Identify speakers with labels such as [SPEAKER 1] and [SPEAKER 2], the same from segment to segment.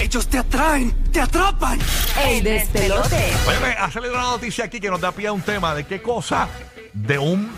[SPEAKER 1] Ellos te atraen, te atrapan.
[SPEAKER 2] El despelote.
[SPEAKER 3] Oye, me ha salido una noticia aquí que nos da pie a un tema de qué cosa de un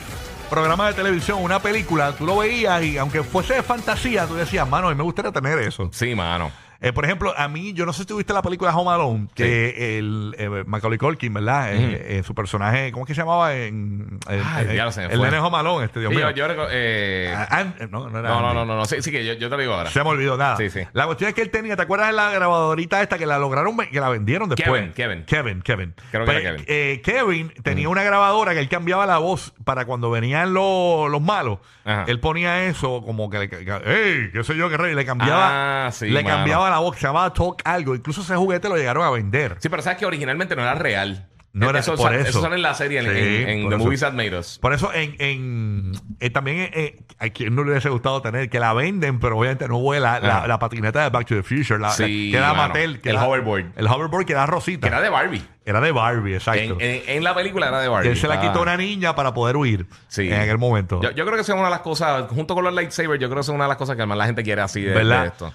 [SPEAKER 3] programa de televisión, una película, tú lo veías y aunque fuese de fantasía, tú decías, mano, a mí me gustaría tener eso.
[SPEAKER 4] Sí, mano.
[SPEAKER 3] Eh, por ejemplo, a mí, yo no sé si tuviste la película Home Alone, que el eh, Macaulay Culkin, ¿verdad? Eh, eh, su personaje, ¿cómo es que se llamaba? En, en-
[SPEAKER 4] Ay,
[SPEAKER 3] en-
[SPEAKER 4] ya lo se me
[SPEAKER 3] el
[SPEAKER 4] fue.
[SPEAKER 3] nene Home Alone, este, Dios
[SPEAKER 4] Sí,
[SPEAKER 3] mío.
[SPEAKER 4] yo, yo reco- eh,
[SPEAKER 3] Ah, and- no, no, era
[SPEAKER 4] no, no,
[SPEAKER 3] Andy.
[SPEAKER 4] no, no, no. Sí, sí que yo, yo te lo digo ahora.
[SPEAKER 3] Se me olvidó nada.
[SPEAKER 4] Sí, sí.
[SPEAKER 3] La cuestión es que él tenía, ¿te acuerdas de la grabadorita esta que la lograron, ve- que la vendieron después?
[SPEAKER 4] Kevin, Kevin.
[SPEAKER 3] Kevin, Kevin.
[SPEAKER 4] Creo que era
[SPEAKER 3] Pues,
[SPEAKER 4] Kevin.
[SPEAKER 3] eh, Kevin tenía una grabadora que él cambiaba la voz para cuando venían los- los malos.
[SPEAKER 4] Ajá.
[SPEAKER 3] Él ponía eso como que, le, que- que- hey, qué sé yo, qué rey, le cambiaba,
[SPEAKER 4] Ah, sí,
[SPEAKER 3] le
[SPEAKER 4] mano.
[SPEAKER 3] cambiaba la voz, se llamaba Talk algo. Incluso ese juguete lo llegaron a vender.
[SPEAKER 4] Sí, pero sabes que originalmente no era real.
[SPEAKER 3] No era-
[SPEAKER 4] eso,
[SPEAKER 3] por
[SPEAKER 4] sa-
[SPEAKER 3] eso.
[SPEAKER 4] sale en la serie, en,
[SPEAKER 3] Sí,
[SPEAKER 4] en- en
[SPEAKER 3] por
[SPEAKER 4] The
[SPEAKER 3] eso.
[SPEAKER 4] Movies That Made Us.
[SPEAKER 3] Por eso en, en eh, también eh, eh, a quien no le hubiese gustado tener, que la venden, pero obviamente no vuela la,
[SPEAKER 4] Ajá.
[SPEAKER 3] la patineta de Back to the Future, la,
[SPEAKER 4] Ah. Sí,
[SPEAKER 3] la- que era
[SPEAKER 4] mano.
[SPEAKER 3] Mattel, que
[SPEAKER 4] El
[SPEAKER 3] era-
[SPEAKER 4] hoverboard.
[SPEAKER 3] El hoverboard que era Rosita.
[SPEAKER 4] Que era de Barbie.
[SPEAKER 3] Era de Barbie, exacto.
[SPEAKER 4] En, en- en la película era de Barbie.
[SPEAKER 3] él se la
[SPEAKER 4] Ah.
[SPEAKER 3] quitó a una niña para poder huir
[SPEAKER 4] Sí.
[SPEAKER 3] en aquel momento.
[SPEAKER 4] Yo, yo creo que esa es una de las cosas, junto con los lightsabers, yo creo que esa es una de las cosas que más la gente quiere así de,
[SPEAKER 3] ¿Verdad?
[SPEAKER 4] de esto.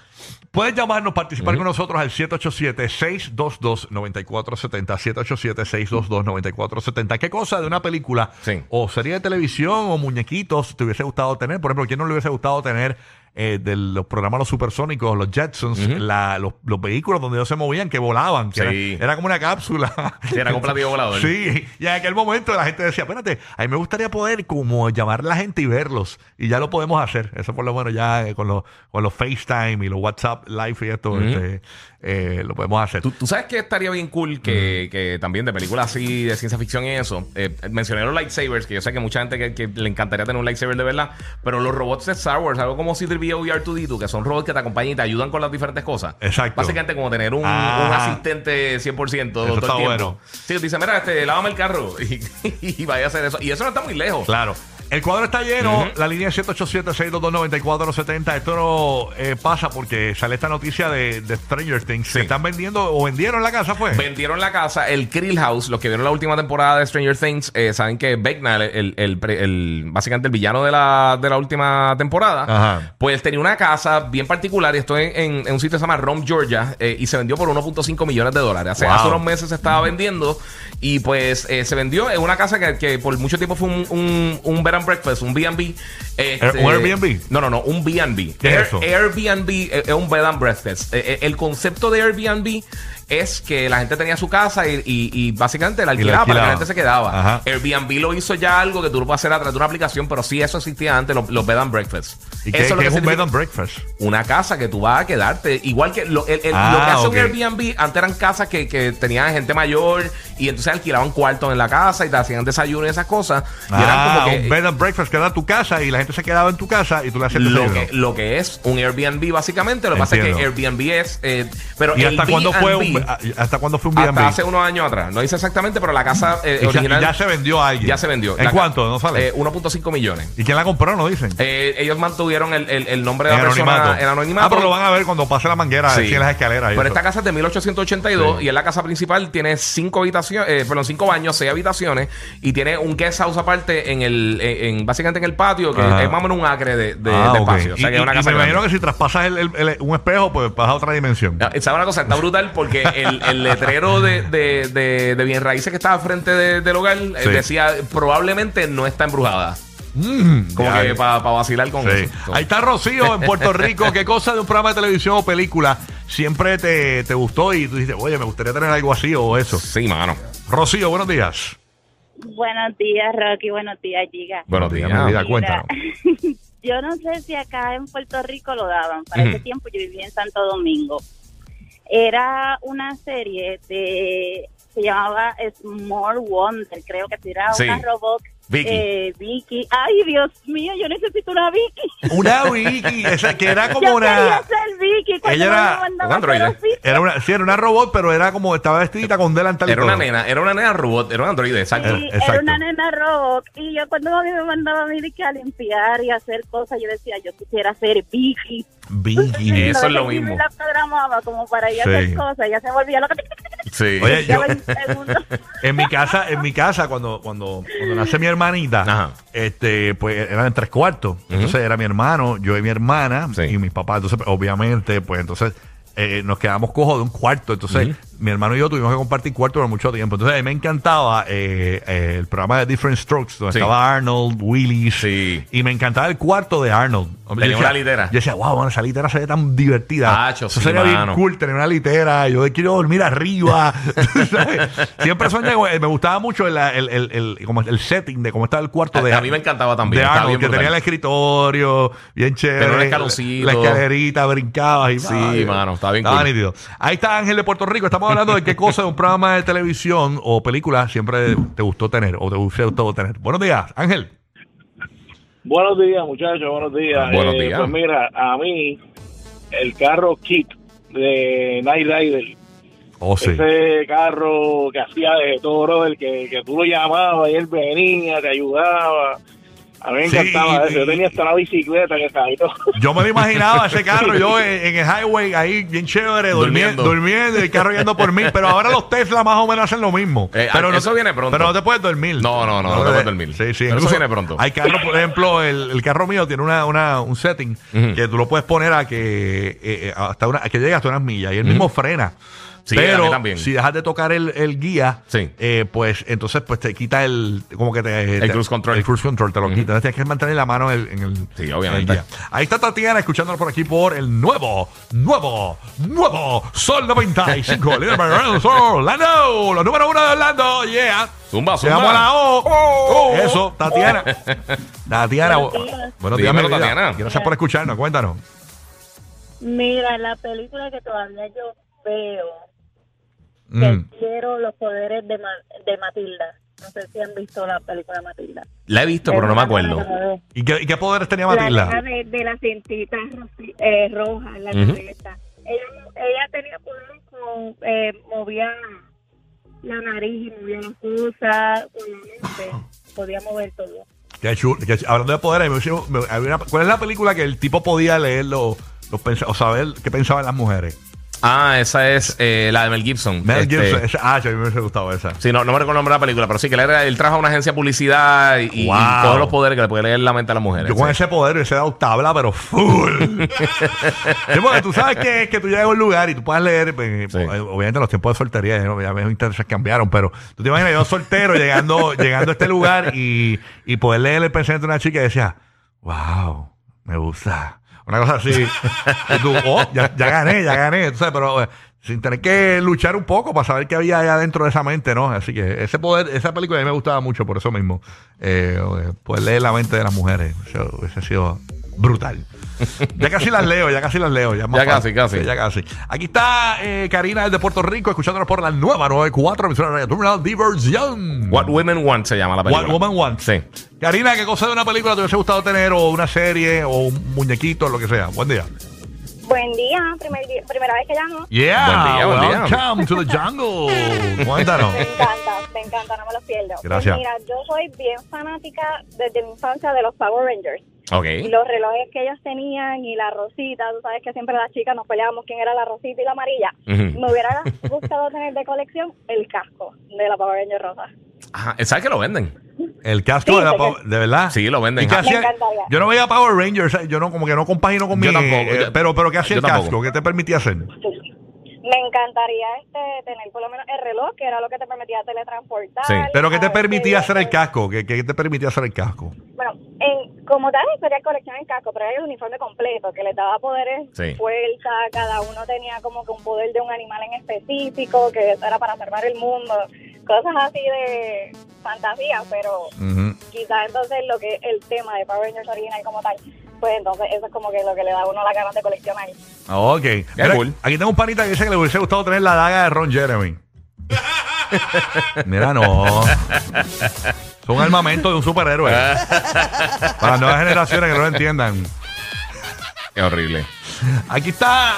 [SPEAKER 3] Puedes llamarnos, participar con nosotros al 787-622-9470. 787-622-9470. ¿Qué cosa de una película
[SPEAKER 4] Sí.
[SPEAKER 3] o serie de televisión o muñequitos te hubiese gustado tener? Por ejemplo, ¿quién no le hubiese gustado tener eh, de los programas Los Supersónicos, los Jetsons, la- los, los vehículos donde ellos se movían, que volaban? que
[SPEAKER 4] Sí.
[SPEAKER 3] era, era como una cápsula.
[SPEAKER 4] Sí, era como un platillo volador.
[SPEAKER 3] Sí, y en aquel momento la gente decía, espérate, a mí me gustaría poder como llamar a la gente y verlos. Y ya lo podemos hacer. Eso por lo menos ya eh, con los, con los FaceTime y los WhatsApp Live y esto, este, eh, lo podemos hacer.
[SPEAKER 4] ¿Tú, tú sabes que estaría bien cool que, que también de películas así, de ciencia ficción y eso. eh, mencioné los lightsabers, que yo sé que mucha gente que, que le encantaría tener un lightsaber de verdad, pero los robots de Star Wars, algo como C3PO y R2D2, que son robots que te acompañan y te ayudan con las diferentes cosas.
[SPEAKER 3] Exacto.
[SPEAKER 4] Básicamente como tener un,
[SPEAKER 3] Ah.
[SPEAKER 4] un asistente 100% todo
[SPEAKER 3] Eso
[SPEAKER 4] el
[SPEAKER 3] está
[SPEAKER 4] tiempo.
[SPEAKER 3] bueno.
[SPEAKER 4] Sí, te dice, mira, este, lávame el carro y, y vaya a hacer eso. Y eso no está muy lejos.
[SPEAKER 3] Claro. El cuadro está lleno, la línea es 787-622-9470. Esto no eh, pasa porque sale esta noticia de, de Stranger Things. Se están vendiendo o vendieron la casa, pues? fue.
[SPEAKER 4] Vendieron la casa, el Krill House. Los que vieron la última temporada de Stranger Things eh, saben que Vecna, el, el- el pre- el- básicamente el villano de la, de la última temporada,
[SPEAKER 3] Ajá.
[SPEAKER 4] pues tenía una casa bien particular. Y esto en, en- en un sitio que se llama Rome, Georgia, eh, y se vendió por 1.5 millones de dólares. Hace,
[SPEAKER 3] Wow.
[SPEAKER 4] hace unos meses se estaba vendiendo y pues eh, se vendió. Es una casa que, que por mucho tiempo fue un, un, un bed and breakfast, un BB. este-
[SPEAKER 3] ¿Un Airbnb?
[SPEAKER 4] No, no, no, un BB.
[SPEAKER 3] ¿Qué es eso?
[SPEAKER 4] Airbnb eh, es un bed and breakfast. Eh, eh, El concepto de Airbnb es que la gente tenía su casa y, y- y básicamente la alquilaba, para que la
[SPEAKER 3] alquilaba.
[SPEAKER 4] gente se quedaba.
[SPEAKER 3] Ajá.
[SPEAKER 4] Airbnb lo hizo ya algo que tú lo puedes hacer a través de una aplicación, pero sí eso existía antes, los, los bed and breakfast.
[SPEAKER 3] ¿Y qué,
[SPEAKER 4] Eso lo
[SPEAKER 3] qué
[SPEAKER 4] que
[SPEAKER 3] es un bed
[SPEAKER 4] significa-
[SPEAKER 3] and breakfast?
[SPEAKER 4] Una casa que tú vas a quedarte. Igual que lo, el- el-
[SPEAKER 3] Ah,
[SPEAKER 4] lo que hace
[SPEAKER 3] ok.
[SPEAKER 4] un Airbnb, antes eran casas que, que tenían gente mayor y entonces alquilaban cuartos en la casa y te hacían desayuno y esas cosas. Y eran
[SPEAKER 3] Ah,
[SPEAKER 4] como que-
[SPEAKER 3] un bed and breakfast que era tu casa y la gente se quedaba en tu casa y tú le hacías tu
[SPEAKER 4] lo
[SPEAKER 3] desayuno.
[SPEAKER 4] que, lo que es un Airbnb básicamente lo que pasa es que
[SPEAKER 3] Entiendo.
[SPEAKER 4] Airbnb es eh, pero
[SPEAKER 3] ¿Y
[SPEAKER 4] el
[SPEAKER 3] hasta cuándo
[SPEAKER 4] B&B
[SPEAKER 3] fue un a- hasta cuándo fue un B&B?
[SPEAKER 4] hasta hace unos años atrás no dice exactamente pero la casa eh,
[SPEAKER 3] Y ya-
[SPEAKER 4] original
[SPEAKER 3] y ya se vendió a alguien.
[SPEAKER 4] ya se vendió
[SPEAKER 3] ¿En
[SPEAKER 4] La ca-
[SPEAKER 3] cuánto? No sale.
[SPEAKER 4] eh, 1.5 millones
[SPEAKER 3] ¿Y quién la compró? No dicen.
[SPEAKER 4] Eh, ellos mantuvieron el, el- el nombre de
[SPEAKER 3] En
[SPEAKER 4] la persona en anonimato
[SPEAKER 3] Ah, pero lo van a ver cuando pase la manguera
[SPEAKER 4] Sí.
[SPEAKER 3] así en las escaleras. y
[SPEAKER 4] Pero
[SPEAKER 3] eso.
[SPEAKER 4] esta casa es de 1882
[SPEAKER 3] Sí.
[SPEAKER 4] y es la casa principal. Tiene cinco habitaciones, eh, perdón, cinco baños, seis habitaciones y tiene un guest house aparte en el, en, en- básicamente en el patio que
[SPEAKER 3] Ajá.
[SPEAKER 4] es más o menos un acre de, de-
[SPEAKER 3] Ah,
[SPEAKER 4] de
[SPEAKER 3] ok.
[SPEAKER 4] espacio. O sea
[SPEAKER 3] Y-
[SPEAKER 4] que es una
[SPEAKER 3] y- y
[SPEAKER 4] casa
[SPEAKER 3] me
[SPEAKER 4] grande.
[SPEAKER 3] imagino que si traspasas el- el- el- un espejo, pues vas a otra dimensión.
[SPEAKER 4] No, Ah, ¿Sabes una cosa? Está brutal porque el, el letrero de, de, de, de bien raíces que estaba frente de- del hogar eh,
[SPEAKER 3] Sí.
[SPEAKER 4] decía probablemente no está embrujada.
[SPEAKER 3] Mm,
[SPEAKER 4] Como
[SPEAKER 3] ya.
[SPEAKER 4] que para vacilar con
[SPEAKER 3] Sí.
[SPEAKER 4] eso.
[SPEAKER 3] Ahí está Rocío en Puerto Rico. ¿Qué cosa de un programa de televisión o película siempre te, te gustó y tú dijiste, oye, me gustaría tener algo así o eso?
[SPEAKER 4] Sí, mano.
[SPEAKER 3] Rocío, buenos días.
[SPEAKER 5] Buenos días, Rocky. Buenos días, Giga.
[SPEAKER 4] Buenos
[SPEAKER 3] Buenos días,
[SPEAKER 4] días.
[SPEAKER 3] mi vida.
[SPEAKER 5] Mira,
[SPEAKER 3] cuéntanos.
[SPEAKER 5] yo no sé si acá en Puerto Rico lo daban. Para
[SPEAKER 4] Ujú.
[SPEAKER 5] ese tiempo yo vivía en Santo Domingo. Era una serie de se llamaba Small Wonder, creo que era
[SPEAKER 4] Sí.
[SPEAKER 5] una robot.
[SPEAKER 4] Vicky.
[SPEAKER 5] eh, Vicky. Ay, Dios mío, yo necesito una Vicky.
[SPEAKER 3] Una Vicky, esa que era como
[SPEAKER 5] Yo
[SPEAKER 3] una.
[SPEAKER 5] quería ser Vicky cuando
[SPEAKER 3] Ella era
[SPEAKER 5] me mandaban
[SPEAKER 4] un androide.
[SPEAKER 5] para los sitios.
[SPEAKER 3] Era una, sí, era una robot, pero era como estaba vestidita con delantal. y
[SPEAKER 4] Era una
[SPEAKER 3] todo. Eh.
[SPEAKER 4] nena, era una nena robot, era un androide, exacto.
[SPEAKER 5] Sí,
[SPEAKER 3] exacto.
[SPEAKER 5] era una nena robot y yo cuando mami me mandaba a mí de que a limpiar y a hacer cosas, yo decía, yo quisiera ser Vicky.
[SPEAKER 3] Vicky.
[SPEAKER 4] Eso es lo
[SPEAKER 5] Entonces, sí,
[SPEAKER 4] mismo.
[SPEAKER 5] La programaba como para ella
[SPEAKER 3] Sí.
[SPEAKER 5] hacer cosas, ella se volvía loca.
[SPEAKER 4] Sí.
[SPEAKER 3] Oye,
[SPEAKER 5] Ya
[SPEAKER 3] yo-
[SPEAKER 5] ven, el mundo.
[SPEAKER 3] En mi casa, en mi casa, cuando, cuando, cuando nace mi hermanita,
[SPEAKER 4] Ajá.
[SPEAKER 3] este, pues eran tres cuartos. Entonces era mi hermano, yo y mi hermana
[SPEAKER 4] Sí.
[SPEAKER 3] y mis papás. Entonces, pues, obviamente, pues entonces eh, nos quedamos cojos de un cuarto. Entonces, mi hermano y yo tuvimos que compartir cuarto por mucho tiempo. Entonces, a mí me encantaba eh, eh, el programa de Different Strokes, donde
[SPEAKER 4] Sí.
[SPEAKER 3] estaba Arnold, Willis.
[SPEAKER 4] Sí.
[SPEAKER 3] Y me encantaba el cuarto de Arnold.
[SPEAKER 4] Tenía
[SPEAKER 3] Yo
[SPEAKER 4] una
[SPEAKER 3] decía-
[SPEAKER 4] litera.
[SPEAKER 3] Yo decía, wow, bueno, esa litera se ve tan divertida.
[SPEAKER 4] Tacho,
[SPEAKER 3] Eso
[SPEAKER 4] sí,
[SPEAKER 3] sería bien
[SPEAKER 4] mano.
[SPEAKER 3] cool tener una litera. Yo quiero dormir arriba. Tú ¿sabes? Siempre soñé, con- eh, me gustaba mucho el, el, el, el- como el setting de cómo estaba el cuarto
[SPEAKER 4] A-
[SPEAKER 3] de
[SPEAKER 4] a mí me encantaba también,
[SPEAKER 3] De
[SPEAKER 4] estaba
[SPEAKER 3] Arnold,
[SPEAKER 4] bien
[SPEAKER 3] que
[SPEAKER 4] brutal.
[SPEAKER 3] tenía el escritorio, bien chévere.
[SPEAKER 4] un escaloncito.
[SPEAKER 3] La escalerita, brincabas y
[SPEAKER 4] Sí,
[SPEAKER 3] ay,
[SPEAKER 4] mano, estaba bien cool.
[SPEAKER 3] nítido. Ahí está Ángel de Puerto Rico. Estamos hablando de qué cosa de un programa de televisión o película siempre te gustó tener o te gustó tener. Buenos días, Ángel.
[SPEAKER 6] Buenos días, muchachos, buenos días.
[SPEAKER 4] Buenos días.
[SPEAKER 6] Pues mira, a mí el carro Kit de Night Rider,
[SPEAKER 3] Oh, sí.
[SPEAKER 6] ese carro que hacía de todo, brother, que, que tú lo llamabas y él venía, te ayudaba. A mí me
[SPEAKER 3] Sí,
[SPEAKER 6] encantaba
[SPEAKER 3] y-
[SPEAKER 6] eso. Yo tenía hasta la bicicleta que estaba ahí todo.
[SPEAKER 3] Yo me lo imaginaba ese carro, yo en, en el highway ahí bien chévere, durmiendo,
[SPEAKER 4] Durmiendo.
[SPEAKER 3] durmiendo y el carro yendo por mí. Pero ahora los Tesla más o menos hacen lo mismo.
[SPEAKER 4] Eh,
[SPEAKER 3] pero
[SPEAKER 4] eso viene pronto.
[SPEAKER 3] Pero no te puedes dormir.
[SPEAKER 4] No, no, no, no te puedes dormir.
[SPEAKER 3] Sí, sí.
[SPEAKER 4] Pero eso
[SPEAKER 3] incluso
[SPEAKER 4] viene pronto.
[SPEAKER 3] Hay carros, por ejemplo, el, el carro mío tiene una, una- un setting
[SPEAKER 4] Ujú.
[SPEAKER 3] que tú lo puedes poner a que eh, eh, hasta una, a que llegue hasta unas millas y él mismo frena.
[SPEAKER 4] Sí, a mí
[SPEAKER 3] pero
[SPEAKER 4] también.
[SPEAKER 3] si dejas de tocar el, el guía,
[SPEAKER 4] Sí.
[SPEAKER 3] eh, pues entonces pues te quita el como que te, te-
[SPEAKER 4] cruise control.
[SPEAKER 3] el cruise control te lo quita. Entonces tienes que mantener la mano en el, en el-
[SPEAKER 4] Sí,
[SPEAKER 3] en
[SPEAKER 4] obviamente.
[SPEAKER 3] el guía. Ahí está Tatiana escuchándonos por aquí por el nuevo, nuevo, nuevo Sol 95. el líder para el Sol, Orlando, los número uno de Orlando, yeah.
[SPEAKER 4] Zumba, zumba.
[SPEAKER 3] Llegamos a la O.
[SPEAKER 4] Oh, oh.
[SPEAKER 3] Eso, Tatiana. Tatiana.
[SPEAKER 5] Buenos días.
[SPEAKER 3] Buenos días, mi
[SPEAKER 4] Dímelo,
[SPEAKER 3] vida.
[SPEAKER 4] Tatiana.
[SPEAKER 3] Gracias por escucharnos, cuéntanos.
[SPEAKER 5] Mira, la película que todavía yo veo, que
[SPEAKER 3] Mm.
[SPEAKER 5] quiero los poderes de, Ma- de Matilda. No sé si han visto la película Matilda.
[SPEAKER 4] La he visto, pero no me acuerdo.
[SPEAKER 3] ¿Y qué, y qué poderes tenía
[SPEAKER 5] La nena
[SPEAKER 3] Matilda?
[SPEAKER 5] de, de la cintita ro- eh, roja, la
[SPEAKER 4] Ujú.
[SPEAKER 5] violeta. Ella, ella tenía poderes con, eh, movía la nariz y movía las cosas, con la mente, podía mover todo.
[SPEAKER 3] Qué chulo, qué chulo. Hablando de poderes, me hicieron- me- había una- ¿cuál es la película que el tipo podía leer los, los pens- o saber qué pensaban las mujeres?
[SPEAKER 4] Ah, esa es eh, la de Mel Gibson.
[SPEAKER 3] Mel
[SPEAKER 4] Este,
[SPEAKER 3] Gibson. esa- ah, sí, a mí me hubiese gustado esa.
[SPEAKER 4] Sí, no, no me recuerdo el nombre de la película, pero sí que él, era- él trajo una agencia de publicidad y, y
[SPEAKER 3] Wow.
[SPEAKER 4] todos los poderes que le puede leer la mente a las mujeres.
[SPEAKER 3] Yo con
[SPEAKER 4] sí.
[SPEAKER 3] ese poder hubiese dado tabla, pero full. Sí, porque tú sabes que, que tú llegas a un lugar y tú puedes leer. eh,
[SPEAKER 4] Sí.
[SPEAKER 3] eh, Obviamente, los tiempos de soltería, ya, ya mis intereses cambiaron, pero tú te imaginas yo soltero llegando, llegando a este lugar y, y poder leer el pensamiento de una chica y decía, wow, me gusta. Una cosa así. Y tú, oh, ya, ya gané, ya gané. Tú sabes, pero eh, sin tener que luchar un poco para saber qué había allá dentro de esa mente, ¿no? Así que ese poder, esa película a mí me gustaba mucho por eso mismo. Eh, eh, poder leer la mente de las mujeres. Eso hubiese sido brutal. Ya casi las leo, ya casi las leo. Ya, es más
[SPEAKER 4] Ya casi,
[SPEAKER 3] fácil.
[SPEAKER 4] casi.
[SPEAKER 3] Sí, ya casi. Aquí está eh, Karina desde Puerto Rico, escuchándonos por la nueva 94, emisora de Radio Terminal Diversion.
[SPEAKER 4] What Women Want se llama la película.
[SPEAKER 3] What Woman Wants.
[SPEAKER 4] Sí.
[SPEAKER 3] Karina, ¿qué cosa de una película te hubiese gustado tener o una serie o un muñequito, lo que sea? Buen día.
[SPEAKER 7] Buen día, primer día- primera vez que llamo.
[SPEAKER 3] Yeah,
[SPEAKER 4] Buen día, buen
[SPEAKER 3] welcome to the jungle. Cuéntanos.
[SPEAKER 7] Me encanta, me encanta, no me los pierdo. Pues
[SPEAKER 3] Gracias.
[SPEAKER 7] mira, yo soy bien fanática desde mi infancia de los Power Rangers. Y
[SPEAKER 4] Ok.
[SPEAKER 7] los relojes que ellos tenían y la rosita, tú sabes que siempre las chicas nos peleábamos quién era la rosita y la amarilla.
[SPEAKER 4] Ujú.
[SPEAKER 7] Me hubiera gustado tener de colección el casco de la Power Ranger rosa.
[SPEAKER 4] Ajá, ¿Sabes que lo venden?
[SPEAKER 3] El casco
[SPEAKER 7] Sí,
[SPEAKER 3] de la
[SPEAKER 7] porque-
[SPEAKER 3] Power- de verdad.
[SPEAKER 4] Sí, lo venden.
[SPEAKER 3] ¿Y qué
[SPEAKER 4] Me
[SPEAKER 3] hacía-
[SPEAKER 7] encantaría.
[SPEAKER 3] Yo no veía Power Rangers, yo no como que no compagino con
[SPEAKER 4] Yo
[SPEAKER 3] mi-
[SPEAKER 4] tampoco,
[SPEAKER 3] eh,
[SPEAKER 4] yo-
[SPEAKER 3] pero pero qué hacía
[SPEAKER 4] yo
[SPEAKER 3] el casco,
[SPEAKER 4] tampoco.
[SPEAKER 3] qué te permitía hacer.
[SPEAKER 7] Me encantaría este tener por lo menos el reloj, que era lo que te permitía teletransportar.
[SPEAKER 4] Sí,
[SPEAKER 3] Pero qué te
[SPEAKER 7] a ver
[SPEAKER 3] permitía hacer el
[SPEAKER 7] videos.
[SPEAKER 3] casco, qué qué te permitía hacer el casco.
[SPEAKER 7] Bueno, en, como tal, sería colección en casco, pero era el uniforme completo, que les daba poderes
[SPEAKER 4] Sí.
[SPEAKER 7] fuerza, cada uno tenía como que un poder de un animal en específico, que eso era para salvar el mundo, cosas así de fantasía, pero
[SPEAKER 3] Ujú.
[SPEAKER 7] quizás entonces lo que el tema de Power Rangers original como tal, pues entonces eso es como que lo que le da a uno la ganas de coleccionar.
[SPEAKER 3] Ah, Ok. Mira,
[SPEAKER 4] cool.
[SPEAKER 3] Aquí tengo un panita que dice que le hubiese gustado tener la daga de Ron Jeremy. Mira, no. Es un armamento de un superhéroe. Para las nuevas generaciones que no lo entiendan.
[SPEAKER 4] Es horrible.
[SPEAKER 3] Aquí está.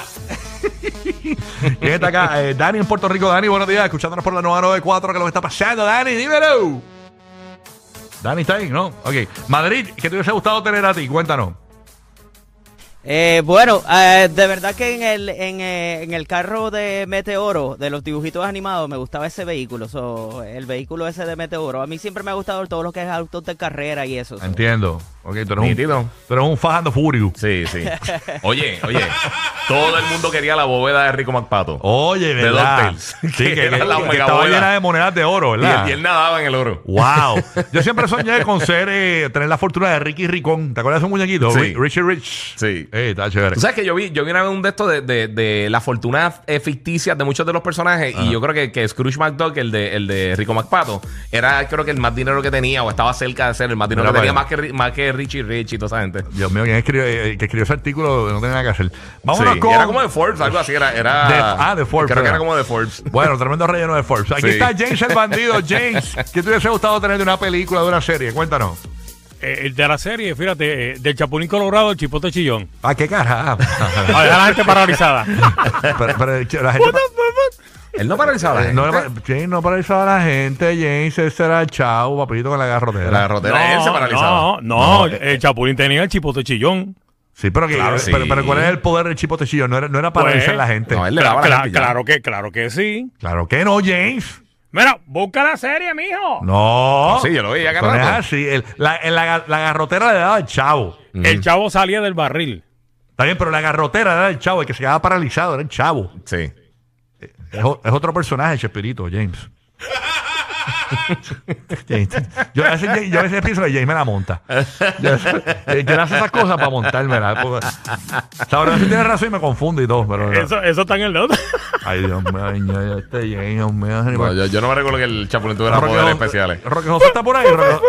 [SPEAKER 3] ¿Quién está acá? Eh, Dani en Puerto Rico. Dani, buenos días. Escuchándonos por la 994. ¿Qué lo está pasando, Dani? Dímelo. Dani está ahí, ¿no? Ok. Madrid, ¿qué te hubiese gustado tener a ti? Cuéntanos.
[SPEAKER 8] Eh, bueno, eh, de verdad que en el, en, eh, en el carro de Meteoro, de los dibujitos animados, me gustaba ese vehículo, so, el vehículo ese de Meteoro. A mí siempre me ha gustado todo lo que es autos de carrera y eso. so.
[SPEAKER 3] Entiendo. Ok, tú eres,
[SPEAKER 4] Nítido.
[SPEAKER 3] un, tú eres un fajando furio.
[SPEAKER 4] Sí, sí. Oye, oye. Todo el mundo quería la bóveda de Rico McPato.
[SPEAKER 3] Oye, ¿verdad?
[SPEAKER 4] DuckTales.
[SPEAKER 3] Sí,
[SPEAKER 4] Que
[SPEAKER 3] que,
[SPEAKER 4] era
[SPEAKER 3] que-
[SPEAKER 4] la
[SPEAKER 3] que
[SPEAKER 4] mega
[SPEAKER 3] estaba
[SPEAKER 4] bola.
[SPEAKER 3] llena de monedas de oro,
[SPEAKER 4] y,
[SPEAKER 3] ¿verdad?
[SPEAKER 4] él, y él nadaba en el oro.
[SPEAKER 3] Wow. Yo siempre soñé con ser, eh, tener la fortuna de Ricky Ricón. ¿Te acuerdas de ese muñequito?
[SPEAKER 4] Sí.
[SPEAKER 3] Ri- Richie Rich.
[SPEAKER 4] Sí.
[SPEAKER 3] Eh, está chévere.
[SPEAKER 4] Tú sabes que yo vi, yo vi una vez un de estos de, de, de las fortunas eh, ficticias de muchos de los personajes. Y yo creo que, que Scrooge McDuck, el de, el de Rico McPato, era creo que el más dinero que tenía, o estaba cerca de ser el más dinero
[SPEAKER 3] Mira
[SPEAKER 4] que tenía,
[SPEAKER 3] para
[SPEAKER 4] más que, Ri- más que Richie Rich y toda esa gente.
[SPEAKER 3] Dios mío, ¿quién escribió, eh, que escribió ese artículo no tenía nada que hacer. Vámonos
[SPEAKER 4] Sí,
[SPEAKER 3] con...
[SPEAKER 4] Era como de Forbes, algo así. Era, era-
[SPEAKER 3] De- ah, de Forbes,
[SPEAKER 4] Creo que
[SPEAKER 3] era.
[SPEAKER 4] era como de Forbes.
[SPEAKER 3] Bueno, tremendo relleno de Forbes. Aquí
[SPEAKER 4] Sí.
[SPEAKER 3] está James el bandido. James, ¿qué te hubiese gustado tener de una película, de una serie? Cuéntanos.
[SPEAKER 9] Eh, el de la serie, fíjate, eh, del Chapulín Colorado al Chipote Chillón.
[SPEAKER 3] Ah, qué carajo.
[SPEAKER 9] A dejar a la gente paralizada.
[SPEAKER 3] pero, pero, che, la gente,
[SPEAKER 4] Él no paralizaba.
[SPEAKER 3] eh,
[SPEAKER 4] ¿eh?
[SPEAKER 3] no, le pa- James no paralizaba a la gente, James. Ese era el chavo, papito con la garrotera.
[SPEAKER 4] la rotera, él se paralizaba. eh,
[SPEAKER 9] No, no, el Chapulín tenía el Chipote Chillón.
[SPEAKER 3] Sí, pero, que,
[SPEAKER 4] Claro,
[SPEAKER 3] pero,
[SPEAKER 4] sí.
[SPEAKER 3] pero, ¿cuál era el poder del chipotecillo? No era, no era paralizar
[SPEAKER 9] Pues,
[SPEAKER 3] a la gente.
[SPEAKER 4] No, él le
[SPEAKER 9] Claro,
[SPEAKER 4] daba la
[SPEAKER 9] cla-
[SPEAKER 4] gente ya.
[SPEAKER 9] claro que, claro que sí.
[SPEAKER 3] Claro que no, James.
[SPEAKER 9] Mira, busca la serie, mijo.
[SPEAKER 3] No.
[SPEAKER 4] Sí, yo lo veía cada
[SPEAKER 3] No es
[SPEAKER 4] rato.
[SPEAKER 3] así. El- la, el- la- la garrotera le daba al chavo.
[SPEAKER 9] El chavo salía del barril.
[SPEAKER 3] Está bien, pero la garrotera era el chavo. El que se quedaba paralizado era el chavo.
[SPEAKER 4] Sí.
[SPEAKER 3] Es, o- es otro personaje, Chespirito, James. James. Yo, a veces, yo a veces pienso que James me la monta. Yo, eh, yo le hace esas cosas para montármela. porque- O sea, ahora sí tiene razón y me confundo y todo. Pero,
[SPEAKER 9] Eso, eso está en el otro.
[SPEAKER 3] Ay, Dios mío, ay, Dios, este James, Dios mío.
[SPEAKER 4] No, yo, yo no me recuerdo que el Chapulín tuviera
[SPEAKER 3] Roque
[SPEAKER 4] poderes
[SPEAKER 3] José-
[SPEAKER 4] especiales.
[SPEAKER 3] Roque José está por ahí. Roque,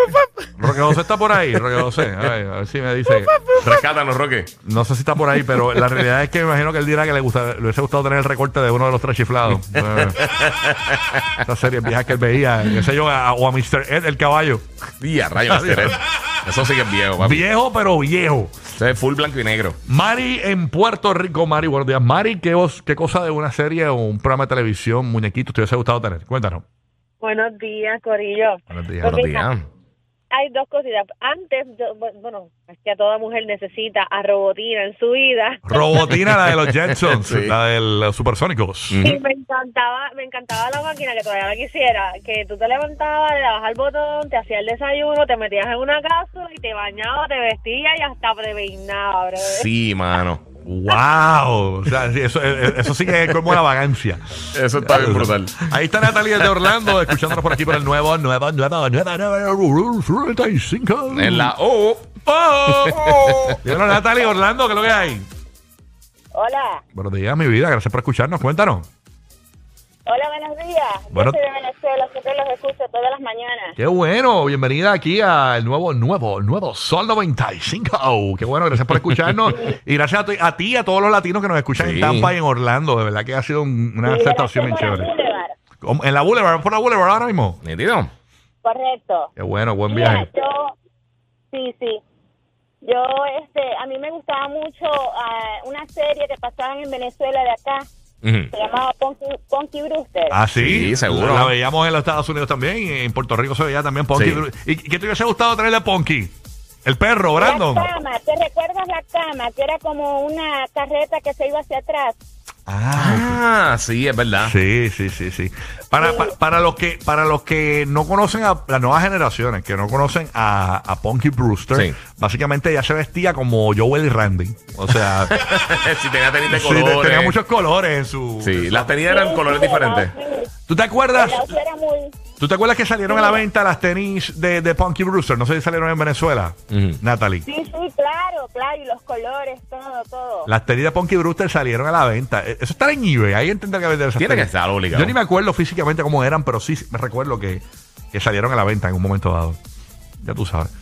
[SPEAKER 3] Roque José está por ahí. Roque José. A ver, a ver si me dice.
[SPEAKER 4] Rescátanos, Roque.
[SPEAKER 3] No sé si está por ahí, pero la realidad es que me imagino que él dirá que le, gusta, le hubiese gustado tener el recorte de uno de los tres chiflados. Eh, Esa serie vieja que él veía, qué sé yo, a- o a Mr. Ed, el caballo.
[SPEAKER 4] Día, rayo, Mr. Ed. Eso sí que es viejo, papi.
[SPEAKER 3] Viejo, pero viejo.
[SPEAKER 4] Eso es full blanco y negro.
[SPEAKER 3] Mari en Puerto Rico, Mari, buenos días. Mari, ¿qué, os- qué cosa de una serie o un programa de televisión, muñequito, te hubiese gustado tener? Cuéntanos.
[SPEAKER 7] Buenos días, Corillo.
[SPEAKER 3] Buenos días.
[SPEAKER 7] Pues
[SPEAKER 4] Buenos
[SPEAKER 7] mira,
[SPEAKER 4] días.
[SPEAKER 7] Hay dos cositas. Antes, yo- bueno, es que toda mujer necesita a Robotina en su vida.
[SPEAKER 3] Robotina, la de los Jetsons,
[SPEAKER 4] Sí.
[SPEAKER 3] la de los Supersónicos.
[SPEAKER 7] Y me encantaba, me encantaba la máquina que todavía la quisiera, que tú te levantabas, le dabas al botón, te hacías el desayuno, te metías en una cápsula y te bañabas, te vestías y hasta preveinaba, brother.
[SPEAKER 4] Sí, mano.
[SPEAKER 3] ¡Wow! O sea, sí, eso, eh, eso sí que es como una vagancia.
[SPEAKER 4] Eso está bien brutal.
[SPEAKER 3] Ahí está Natalia de Orlando, escuchándonos por aquí por el nuevo, nuevo, nuevo, nuevo, nuevo, 35.
[SPEAKER 4] En la O.
[SPEAKER 3] ¡Oh! oh. Dímelo, Natalia de Orlando, ¿qué es lo que hay?
[SPEAKER 5] Hola,
[SPEAKER 3] Buenos días, mi vida, gracias por escucharnos, cuéntanos.
[SPEAKER 5] hola, buenos días.
[SPEAKER 3] Bueno. soy
[SPEAKER 5] de Venezuela, siempre los escucho todas las mañanas.
[SPEAKER 3] ¡Qué bueno! Bienvenida aquí al nuevo, nuevo, nuevo Sol 95. Oh, ¡Qué bueno! Gracias por escucharnos y gracias a, ti- a ti y a todos los latinos que nos escuchan
[SPEAKER 4] Sí.
[SPEAKER 3] en Tampa y en Orlando. De verdad que ha sido un- una aceptación bien chévere. ¿Cómo? ¿En la Boulevard? ¿Vamos por la Boulevard ahora mismo?
[SPEAKER 4] Nítido.
[SPEAKER 5] Correcto.
[SPEAKER 3] ¡Qué bueno! ¡Buen
[SPEAKER 5] Mira,
[SPEAKER 3] viaje!
[SPEAKER 5] yo, sí, sí. Yo, este, a mí me gustaba mucho ah, una serie que pasaban en Venezuela de acá,
[SPEAKER 4] Ujú.
[SPEAKER 5] se llamaba Ponky, Ponky Brewster.
[SPEAKER 3] Ah, sí,
[SPEAKER 4] Sí, seguro.
[SPEAKER 3] La veíamos en los Estados Unidos también. y En Puerto Rico se veía también Ponky.
[SPEAKER 4] Sí.
[SPEAKER 3] ¿Y qué te hubiese gustado tener de Ponky? El perro,
[SPEAKER 5] la
[SPEAKER 3] Brandon.
[SPEAKER 5] cama, ¿te recuerdas la cama? Que era como una carreta que se iba hacia atrás.
[SPEAKER 3] Ah,
[SPEAKER 4] Ah, sí, es verdad.
[SPEAKER 3] sí, sí, sí, sí. Para, pa- para los que para los que no conocen a las nuevas generaciones, que no conocen a, a Ponky Brewster,
[SPEAKER 4] Sí.
[SPEAKER 3] básicamente ella se vestía como Joel y Randy. O sea,
[SPEAKER 4] si tenía tenis de
[SPEAKER 3] sí, te-
[SPEAKER 4] colores.
[SPEAKER 3] tenía muchos colores en su.
[SPEAKER 4] Sí, las tenis eran colores diferentes.
[SPEAKER 3] ¿Tú te acuerdas?
[SPEAKER 5] El outfit era muy...
[SPEAKER 3] ¿Tú te acuerdas que salieron a la venta las tenis de, de Punky Brewster? No sé si salieron en Venezuela,
[SPEAKER 4] Ujú.
[SPEAKER 3] Natalie.
[SPEAKER 5] Sí, sí, claro, claro, y los colores, todo, todo.
[SPEAKER 3] Las tenis de Punky Brewster salieron a la venta. Eh, Eso está en eBay. Ahí entender que vender esas
[SPEAKER 4] Tiene que
[SPEAKER 3] tenis.
[SPEAKER 4] estar obligado.
[SPEAKER 3] Yo ni me acuerdo físicamente cómo eran, pero sí me recuerdo que, que salieron a la venta en un momento dado. Ya tú sabes.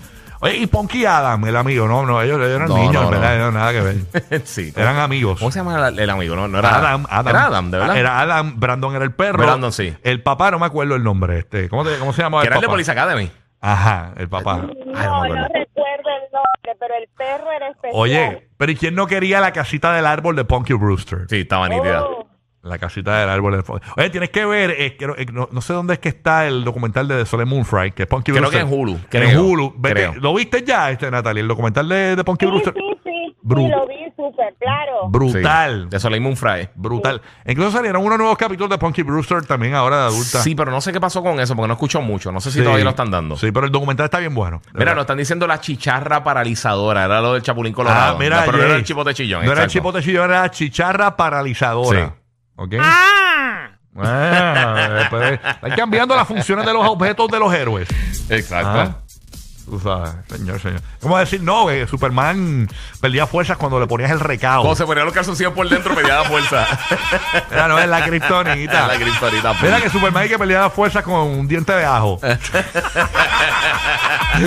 [SPEAKER 3] Oye, y Punky Adam, el amigo. No, no, ellos, ellos eran
[SPEAKER 4] No,
[SPEAKER 3] niños,
[SPEAKER 4] no,
[SPEAKER 3] ¿verdad?
[SPEAKER 4] no.
[SPEAKER 3] No, nada que ver.
[SPEAKER 4] sí.
[SPEAKER 3] Eran amigos.
[SPEAKER 4] ¿Cómo se llama el amigo? No, no era
[SPEAKER 3] Adam, Adam.
[SPEAKER 4] Era Adam, de verdad.
[SPEAKER 3] Ah, Era Adam, Brandon era el perro.
[SPEAKER 4] Brandon, sí.
[SPEAKER 3] El papá, no me acuerdo el nombre. Este, ¿cómo, te- cómo se llamaba
[SPEAKER 4] que
[SPEAKER 3] el
[SPEAKER 4] era el de
[SPEAKER 3] papá?
[SPEAKER 4] Police Academy.
[SPEAKER 3] Ajá, el papá. Ay, no
[SPEAKER 5] No,
[SPEAKER 3] me acuerdo.
[SPEAKER 5] no recuerdo el nombre, pero el perro era especial.
[SPEAKER 3] Oye, pero ¿y quién no quería la casita del árbol de Punky Brewster?
[SPEAKER 4] Sí, estaba nítida.
[SPEAKER 5] Oh,
[SPEAKER 3] La casita del árbol de Punky Oye, tienes que ver, eh, que no, eh, no- no sé dónde es que está el documental de The Soleil Moonfry, que es Punky
[SPEAKER 4] Creo
[SPEAKER 3] Brewster.
[SPEAKER 4] que en Hulu,
[SPEAKER 3] En
[SPEAKER 4] creo,
[SPEAKER 3] Hulu. Vete-
[SPEAKER 4] creo.
[SPEAKER 3] ¿Lo viste ya, este, Natalia, el documental de, de Punky
[SPEAKER 5] sí,
[SPEAKER 3] Brewster?
[SPEAKER 5] sí, sí.
[SPEAKER 3] Bru-
[SPEAKER 5] Y lo vi súper claro.
[SPEAKER 3] brutal.
[SPEAKER 4] Sí, de Soleil Moon Frye.
[SPEAKER 3] Brutal. Incluso salieron unos nuevos capítulos de Punky Brewster también ahora de adulta.
[SPEAKER 4] Sí, pero no sé qué pasó con eso, porque no escucho mucho. No sé si
[SPEAKER 3] Sí.
[SPEAKER 4] todavía lo están dando.
[SPEAKER 3] Sí, pero el documental está bien bueno. de
[SPEAKER 4] Mira,
[SPEAKER 3] verdad.
[SPEAKER 4] nos están diciendo la chicharra paralizadora. Era lo del Chapulín Colorado.
[SPEAKER 3] Ah, mira,
[SPEAKER 4] pero no era
[SPEAKER 3] Jay.
[SPEAKER 4] el chipote chillón.
[SPEAKER 3] No era el
[SPEAKER 4] exacto.
[SPEAKER 3] chipote chillón, era la chicharra paralizadora.
[SPEAKER 4] Sí.
[SPEAKER 3] ¿Ok? ¡Ah! después, están cambiando las funciones de los objetos de los héroes.
[SPEAKER 4] Exacto.
[SPEAKER 3] Ah. Tú sabes, ah, señor, señor. ¿Cómo decir no? Que Superman perdía fuerzas cuando le ponías el recado.
[SPEAKER 4] Cuando se ponían los calzoncillos por dentro, me daba fuerza.
[SPEAKER 3] Era, no, es la kriptonita.
[SPEAKER 4] la criptonita. pues.
[SPEAKER 3] Mira que Superman hay que peleaba fuerzas con un diente de ajo.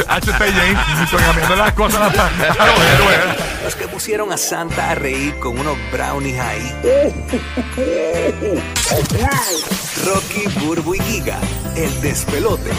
[SPEAKER 3] H.T. James, pues, cambiando las cosas a las- a los héroes.
[SPEAKER 1] Los que pusieron a Santa a reír con unos brownies ahí. Rocky, Burbu y Giga, el despelote.